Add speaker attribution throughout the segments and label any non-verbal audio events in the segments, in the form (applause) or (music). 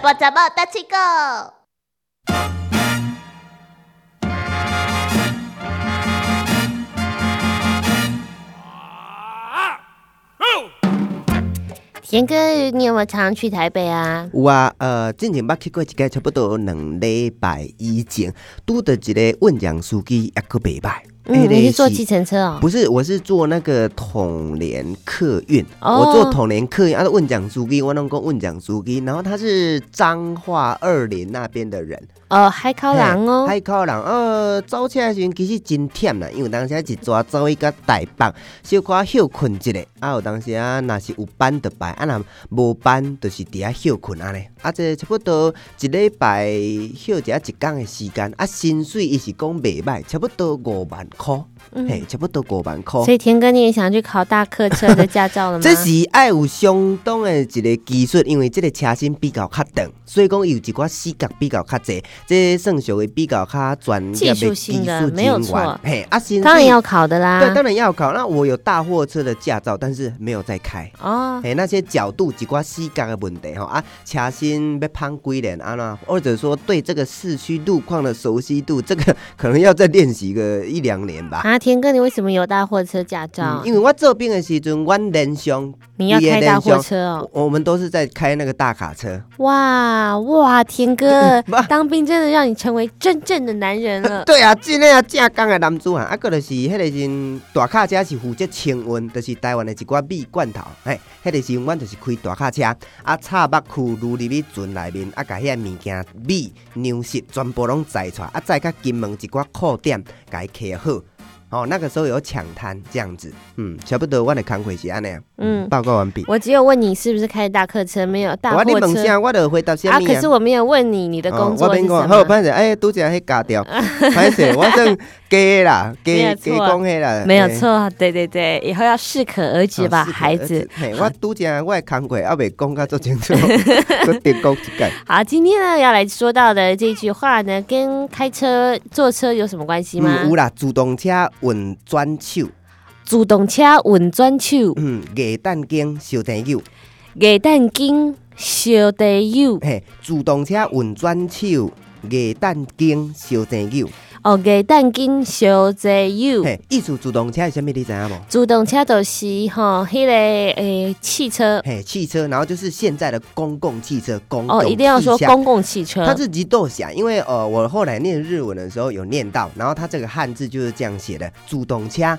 Speaker 1: 瓜杂报大七个。田哥，你有没有常去台北啊？
Speaker 2: 有啊，呃，之前捌去过一间，差不多两礼拜以前，拄到一个运将司机，还佫袂歹。
Speaker 1: 嗯，你是坐计程车哦？
Speaker 2: 不是，我是坐那个统联客运，
Speaker 1: 哦
Speaker 2: 我坐统联客运，啊，问讲司机，我弄过问讲司机，然后他是彰化二林那边的人，
Speaker 1: 哦，海口人哦。
Speaker 2: 海口人，呃，走车的时阵其实真忝啦，因为当时啊一抓走去到台北，小可休困一下，啊，有当时啊，若是有班就排，啊，若无班就是伫遐休困安尼，啊，这差不多一礼拜休一下一工的时间，啊，薪水伊是讲袂歹，差不多五万箍。嘿
Speaker 1: 嗯，，
Speaker 2: 差不多五万块
Speaker 1: 所。以田哥，你也想去考大客车的驾照了吗？
Speaker 2: (laughs) 这是爱有相当的一个技术，因为这个车身比较较长，所以讲有一寡死角比较较侪，这算属于比较较专业的
Speaker 1: 技术
Speaker 2: 技
Speaker 1: 性
Speaker 2: 术
Speaker 1: 的
Speaker 2: 人
Speaker 1: 没有
Speaker 2: 员
Speaker 1: 错。
Speaker 2: 嘿，啊，薪水
Speaker 1: 当然要考啊的啦。
Speaker 2: 对，当然要考。那我有大货车的驾照，但是没有在开。
Speaker 1: 哦，
Speaker 2: 嘿，那些角度一寡死角的问题吼啊，车身要胖几年啊那，或者说对这个市区路况的熟悉度，这个可能要再练习个一两年吧。
Speaker 1: 啊，田哥，你为什么有大货车驾照
Speaker 2: 嗯，？因为我做兵的时阵，我连上
Speaker 1: 你要开大货车哦！
Speaker 2: 我我们都是在开那个大卡车，
Speaker 1: 哇哇，田
Speaker 2: (laughs)
Speaker 1: 哥
Speaker 2: 不，。
Speaker 1: 当兵真的让你成为真正的男人了
Speaker 2: (laughs) 对啊，真的啊，正港的男子汉，啊，个就是迄个时大卡车是负责清运，就是台湾的一寡米罐头，嘿，迄个时阵阮就是开大卡车，啊，插目区入入去船内面，啊，甲遐物件米、粮食全部拢载出来，啊，载到金门一寡库点，甲伊徛好。哦，那个时候有抢滩这样子，嗯，差不多我的工课是安尼，
Speaker 1: 嗯
Speaker 2: 嗯，报告完毕。
Speaker 1: 我只有问你是不是开大客车，没有大
Speaker 2: 我
Speaker 1: 货
Speaker 2: 你问
Speaker 1: 车
Speaker 2: 啥，我就回答啥物
Speaker 1: 啊？可是我没有问你你的工
Speaker 2: 哦、我
Speaker 1: 作是
Speaker 2: 免
Speaker 1: 什
Speaker 2: 讲，好，
Speaker 1: 么？
Speaker 2: 歹势，哎，拄则迄加
Speaker 1: (laughs)
Speaker 2: 掉，歹势，我算加啦，
Speaker 1: 没
Speaker 2: 加
Speaker 1: 有
Speaker 2: 加
Speaker 1: 错
Speaker 2: 讲迄啦，
Speaker 1: 没有
Speaker 2: 嘿，
Speaker 1: 错，对对对，以后要适可而止
Speaker 2: 哦
Speaker 1: 吧，孩子。。
Speaker 2: 嘿，我拄则我的工课还未讲较足
Speaker 1: (laughs)
Speaker 2: 清楚，我得讲一解。
Speaker 1: 好，今天呢要来说到的这句话呢，跟开车、坐车有什么关系吗
Speaker 2: 嗯，有？啦，自动车运转手，
Speaker 1: 主动车稳转手，
Speaker 2: 嗯，鸡蛋羹烧甜酒，
Speaker 1: 鸡蛋羹烧地油，
Speaker 2: 嘿，自动车运转手。鸡蛋羹烧甜酒，
Speaker 1: 哦，鸡蛋羹烧地油。
Speaker 2: 嘿，意思自动车是啥物？你知影无？
Speaker 1: 主动车就是吼，迄、个诶汽车
Speaker 2: 嘿，汽车，然后就是现在的公共汽车，公共
Speaker 1: 哦，一定要说
Speaker 2: 汽车
Speaker 1: 公共汽车。
Speaker 2: 他自己都想，因为呃，我后来念日文的时候有念到，然后他这个汉字就是这样写的：主动车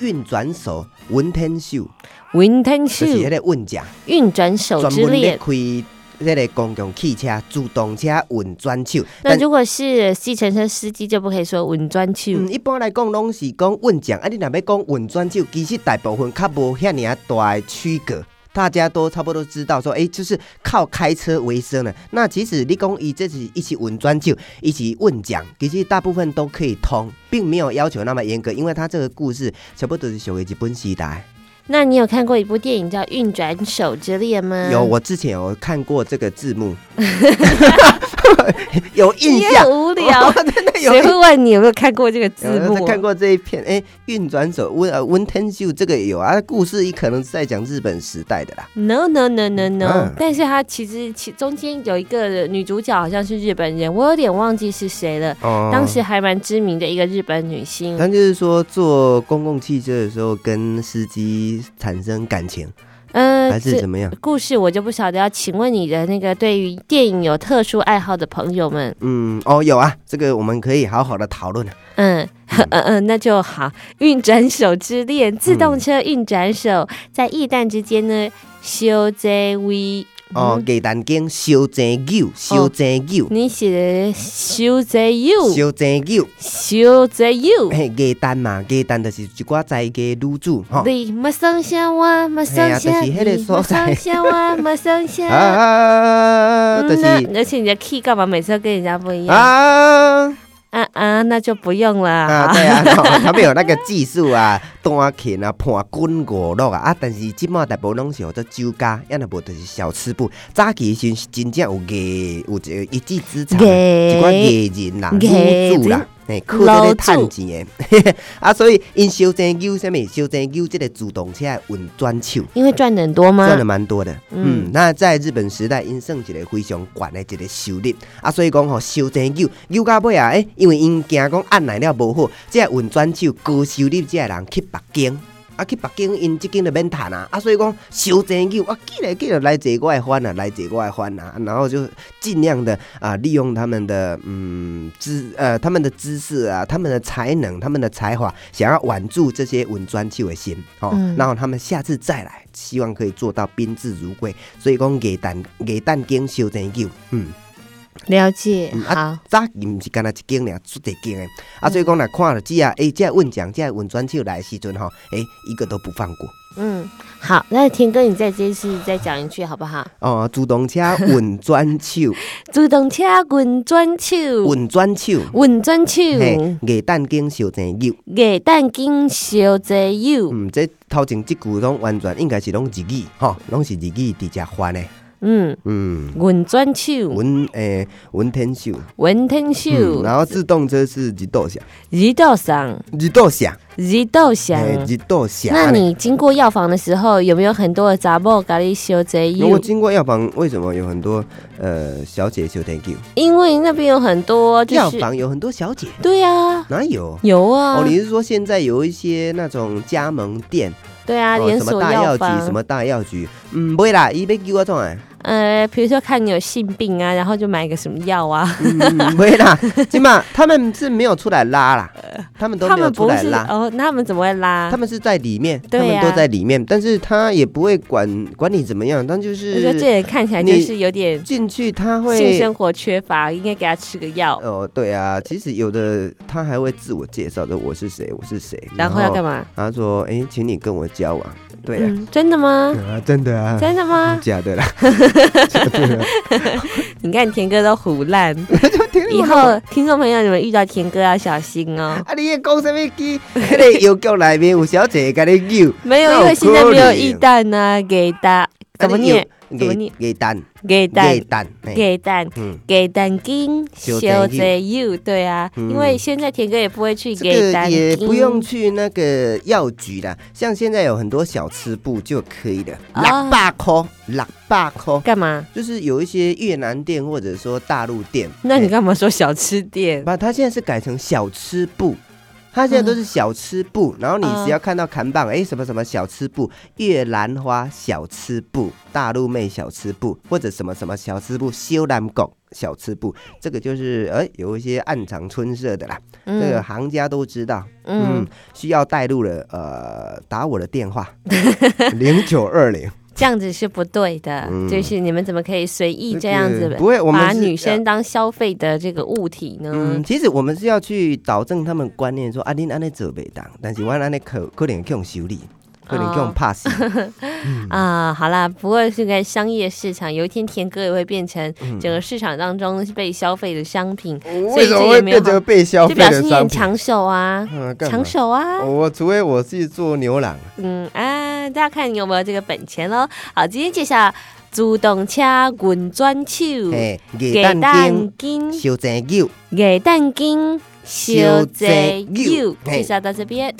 Speaker 2: 运转手，文天秀，
Speaker 1: 云吞
Speaker 2: 就是迄
Speaker 1: 秀
Speaker 2: 个运奖，
Speaker 1: 运转手
Speaker 2: 专
Speaker 1: 之
Speaker 2: 门咧
Speaker 1: 恋。
Speaker 2: 开迄个公共汽车，主动车运转手。
Speaker 1: 那
Speaker 2: 但
Speaker 1: 如果是计程车司机，就不可以说稳转手。
Speaker 2: 嗯，一般来讲拢是讲运奖，啊，你若要讲运转手，其实大部分较无遐尼啊大的区隔。大家都差不多知道说，诶，就是靠开车为生的。那其实你讲伊这是一起稳专就一起问讲，其实大部分都可以通，并没有要求那么严格，因为他这个故事差不多是属于日本时代。
Speaker 1: 那你有看过一部电影叫《运转手之恋》吗？
Speaker 2: 有，我之前有看过这个字 (laughs) 幕，有印
Speaker 1: 你
Speaker 2: 象。
Speaker 1: 很，无聊
Speaker 2: (laughs) 真的有
Speaker 1: 谁
Speaker 2: 印
Speaker 1: 会问你有没有看过这个字
Speaker 2: 有
Speaker 1: 幕？哦
Speaker 2: 有看过这一片，哎、运转手温呃温天秀这个也有啊，故事也可能是在讲日本时代的啦。
Speaker 1: No no no no no！、
Speaker 2: 嗯
Speaker 1: 但是它其实其中间有一个女主角好像是日本人，我有点忘记是谁了。
Speaker 2: 哦
Speaker 1: 当时还蛮知名的一个日本女星，
Speaker 2: 但就是说坐公共汽车的时候跟司机产生感情，
Speaker 1: 呃，
Speaker 2: 还
Speaker 1: 这
Speaker 2: 是怎么样？
Speaker 1: 故事我就不晓得，要请问你的那个对于电影有特殊爱好的朋友们，
Speaker 2: 嗯，哦，有啊，这个我们可以好好的讨论啊。
Speaker 1: 嗯嗯嗯，那就好。运转手之恋，自动车运转手，在驿站之间呢，修 J V。
Speaker 2: 哦，
Speaker 1: 嗯，哦
Speaker 2: 鸡蛋羹烧蒸酒，烧蒸酒，
Speaker 1: 你写的修 J U，
Speaker 2: 烧蒸酒，
Speaker 1: 修 J U。
Speaker 2: 嘿，鸡蛋嘛，鸡蛋就是一寡在家女主吼。
Speaker 1: 你没生下我，没
Speaker 2: 嘿
Speaker 1: 生
Speaker 2: 啊
Speaker 1: 下
Speaker 2: 哦就是
Speaker 1: 你，
Speaker 2: 那个
Speaker 1: 没
Speaker 2: 所在
Speaker 1: 生下我，
Speaker 2: (laughs)
Speaker 1: 没生
Speaker 2: 啊
Speaker 1: 下。
Speaker 2: 啊，就
Speaker 1: 嗯那
Speaker 2: 是
Speaker 1: 而且你的 key 干嘛每次都跟人家不一样？
Speaker 2: 啊。
Speaker 1: 啊啊，那就不用了。
Speaker 2: 啊，对啊， (laughs) 吼他们有那个技术啊，弹琴啊，盘滚五乐啊，啊，但是即满大部分拢是有做酒家，要若无就是小吃部。早期时是真正有艺，有一个一技之长的，
Speaker 1: 艺
Speaker 2: 一寡艺人啦、
Speaker 1: 艺
Speaker 2: 女主啦
Speaker 1: 人，
Speaker 2: 嘿，靠这咧趁钱的， (laughs) 啊，所以因小真牛什物，小真牛这个自动车的运转手。
Speaker 1: 因为赚的很多吗？
Speaker 2: 赚了蛮多的，
Speaker 1: 嗯
Speaker 2: 嗯那在日本时代，因算一个非常悬的一个收入啊，所以讲吼、收钱救救到尾啊，诶、因为因惊讲按来了无好，即个运转手高收入，即个人去北京。啊，去北京，因即间就免趁啊！啊，所以讲收钱救啊，记来记来来坐我的番啊，来坐我的番啊，然后就尽量的啊，利用他们的嗯知呃他们的知识啊，他们的才能，他们的才华，想要挽住这些稳专秀的心哦，
Speaker 1: 嗯
Speaker 2: 然后他们下次再来，希望可以做到宾至如归。所以讲鸡蛋鸡蛋羹烧成酒，嗯，
Speaker 1: 了解，
Speaker 2: 嗯
Speaker 1: 好，
Speaker 2: 早期毋是干那一间俩，出一间的啊，所以讲来看了这啊，诶，这稳奖这稳专秀来的时阵吼，诶，一个都不放过。
Speaker 1: 嗯，好，那田哥，你再这次再讲一句好不好？
Speaker 2: 哦，主动车稳专手，
Speaker 1: 主动车滚转手，
Speaker 2: 稳专手，
Speaker 1: 滚转手，
Speaker 2: 嘿，鸡蛋羹烧成酒。
Speaker 1: 鸡蛋经烧者有，
Speaker 2: 嗯，这头前即句拢完全应该是拢日语，吼，拢是日语伫遮翻的。
Speaker 1: 嗯，
Speaker 2: 嗯，
Speaker 1: 滚转手，
Speaker 2: 文诶文天秀，
Speaker 1: 文天
Speaker 2: 嗯，
Speaker 1: 秀，
Speaker 2: 然后自动车是日斗侠，
Speaker 1: 日道上，
Speaker 2: 日斗侠，
Speaker 1: 日道上。
Speaker 2: 诶，日啊斗侠。
Speaker 1: 那你经过药房的时候，有没有很多的杂货咖喱修者
Speaker 2: 如果
Speaker 1: 有？
Speaker 2: 经过药房，为什么有很多呃小姐修 thank you？
Speaker 1: 因为那边有很多，就
Speaker 2: 药
Speaker 1: 是
Speaker 2: 房有很多小姐，
Speaker 1: 对啊，
Speaker 2: 哪有？
Speaker 1: 有啊，
Speaker 2: 哦，你是说现在有一些那种加盟店，
Speaker 1: 对啊，
Speaker 2: 哦，
Speaker 1: 连
Speaker 2: 什么
Speaker 1: 锁
Speaker 2: 大
Speaker 1: 药
Speaker 2: 药
Speaker 1: 房，
Speaker 2: 局，什么大药局？嗯，不会啦，伊要叫我创诶。啊
Speaker 1: 呃，比如说看你有性病啊，然后就买个什么药啊，
Speaker 2: (laughs) 嗯，不会啦，起码他们是没有出来拉啦，他们都
Speaker 1: 他
Speaker 2: 没有
Speaker 1: 们
Speaker 2: 出
Speaker 1: 不
Speaker 2: 来
Speaker 1: 是
Speaker 2: 拉，
Speaker 1: 哦，那他们怎么会拉
Speaker 2: 他？们是在里面，他
Speaker 1: 对
Speaker 2: 们
Speaker 1: 啊
Speaker 2: 都在里面，但是他也不会管管你怎么样，但就
Speaker 1: 我觉得这
Speaker 2: 是
Speaker 1: 人看起来就是有点
Speaker 2: 进去他
Speaker 1: 性
Speaker 2: 会。
Speaker 1: 生活缺乏，应该给他吃个药，
Speaker 2: 哦，对啊，其实有的他还会自我介绍的，我是谁，我是谁，
Speaker 1: 然后要干嘛？
Speaker 2: 他说，哎，请你跟我交往，对啊呀、
Speaker 1: 嗯，真的吗？
Speaker 2: 啊，真的啊，
Speaker 1: 真的
Speaker 2: (laughs)
Speaker 1: 吗？
Speaker 2: 假的啦，
Speaker 1: (laughs) 你看田哥都胡
Speaker 2: (laughs)
Speaker 1: 烂，
Speaker 2: 听你
Speaker 1: 以后听众朋友你们遇到田哥要小心
Speaker 2: (laughs)
Speaker 1: 哦。
Speaker 2: 啊，你也讲什么机？
Speaker 1: (laughs)
Speaker 2: 迄个邮局内面有小姐跟你叫，
Speaker 1: 没有，因为现在没有一蛋呢，给蛋怎么念？怎么念
Speaker 2: 给给蛋，
Speaker 1: 给蛋
Speaker 2: 给蛋，嘿
Speaker 1: 给蛋
Speaker 2: 嗯，
Speaker 1: 给蛋金
Speaker 2: 小
Speaker 1: 小
Speaker 2: 蛋
Speaker 1: 贼 you 对啊，
Speaker 2: 嗯
Speaker 1: 因为现在田哥也不会去
Speaker 2: 这
Speaker 1: 给嗯
Speaker 2: 个
Speaker 1: 蛋
Speaker 2: 也不用
Speaker 1: 金。
Speaker 2: 去那个药局啦，像现在有很多小吃部就可以了，
Speaker 1: 哦
Speaker 2: 六百块，六百块，
Speaker 1: 干嘛？
Speaker 2: 就是有一些越南店或者说大陆店，
Speaker 1: 那你
Speaker 2: 哎
Speaker 1: 干嘛说小吃店？
Speaker 2: 把它现在是改成小吃部。它现在都是小吃部，然后你
Speaker 1: 嗯
Speaker 2: 只要看到砍棒，哎、什么什么小吃部，越兰花小吃部，大陆妹小吃部，或者什么什么小吃部，修兰狗小吃部，这个就是哎、有一些暗藏春色的啦，
Speaker 1: 嗯
Speaker 2: 这个行家都知道。嗯
Speaker 1: 嗯，，
Speaker 2: 需要带入了，呃，打我的
Speaker 1: (laughs)
Speaker 2: 电话零九二零，
Speaker 1: 这样子是不对的，
Speaker 2: 嗯
Speaker 1: 就是你们怎么可以随意这样
Speaker 2: 那
Speaker 1: 子
Speaker 2: 个不会，我们
Speaker 1: 把
Speaker 2: 是
Speaker 1: 女生。当消费的这个物体呢
Speaker 2: 嗯，？其实我们是要去导正他们观念说啊，恁安尼做袂当，但是我安尼可可能去用修理，
Speaker 1: 哦
Speaker 2: 可能去用 pass，、
Speaker 1: 啊，好啦，不过是在商业市场，有一天田哥也会变成
Speaker 2: 嗯
Speaker 1: 整个市场当中被消费的商品， (laughs) 所以这也没有好，
Speaker 2: 被消
Speaker 1: 就表示你很？抢手啊，
Speaker 2: 嗯，干嘛
Speaker 1: 抢？手啊，
Speaker 2: 我除非我是做牛郎，
Speaker 1: 嗯啊，大家看你有没有这个本钱喽。好，今天介绍主动车滚转手，
Speaker 2: 哎，
Speaker 1: 鸡
Speaker 2: 鸡蛋
Speaker 1: 嗯
Speaker 2: 羹、
Speaker 1: 蛋羹。
Speaker 2: 烧蒸酒。
Speaker 1: 给蛋羹、
Speaker 2: 烧
Speaker 1: 烧
Speaker 2: 鸡
Speaker 1: 鸡
Speaker 2: 肉
Speaker 1: 肉，介绍到这边。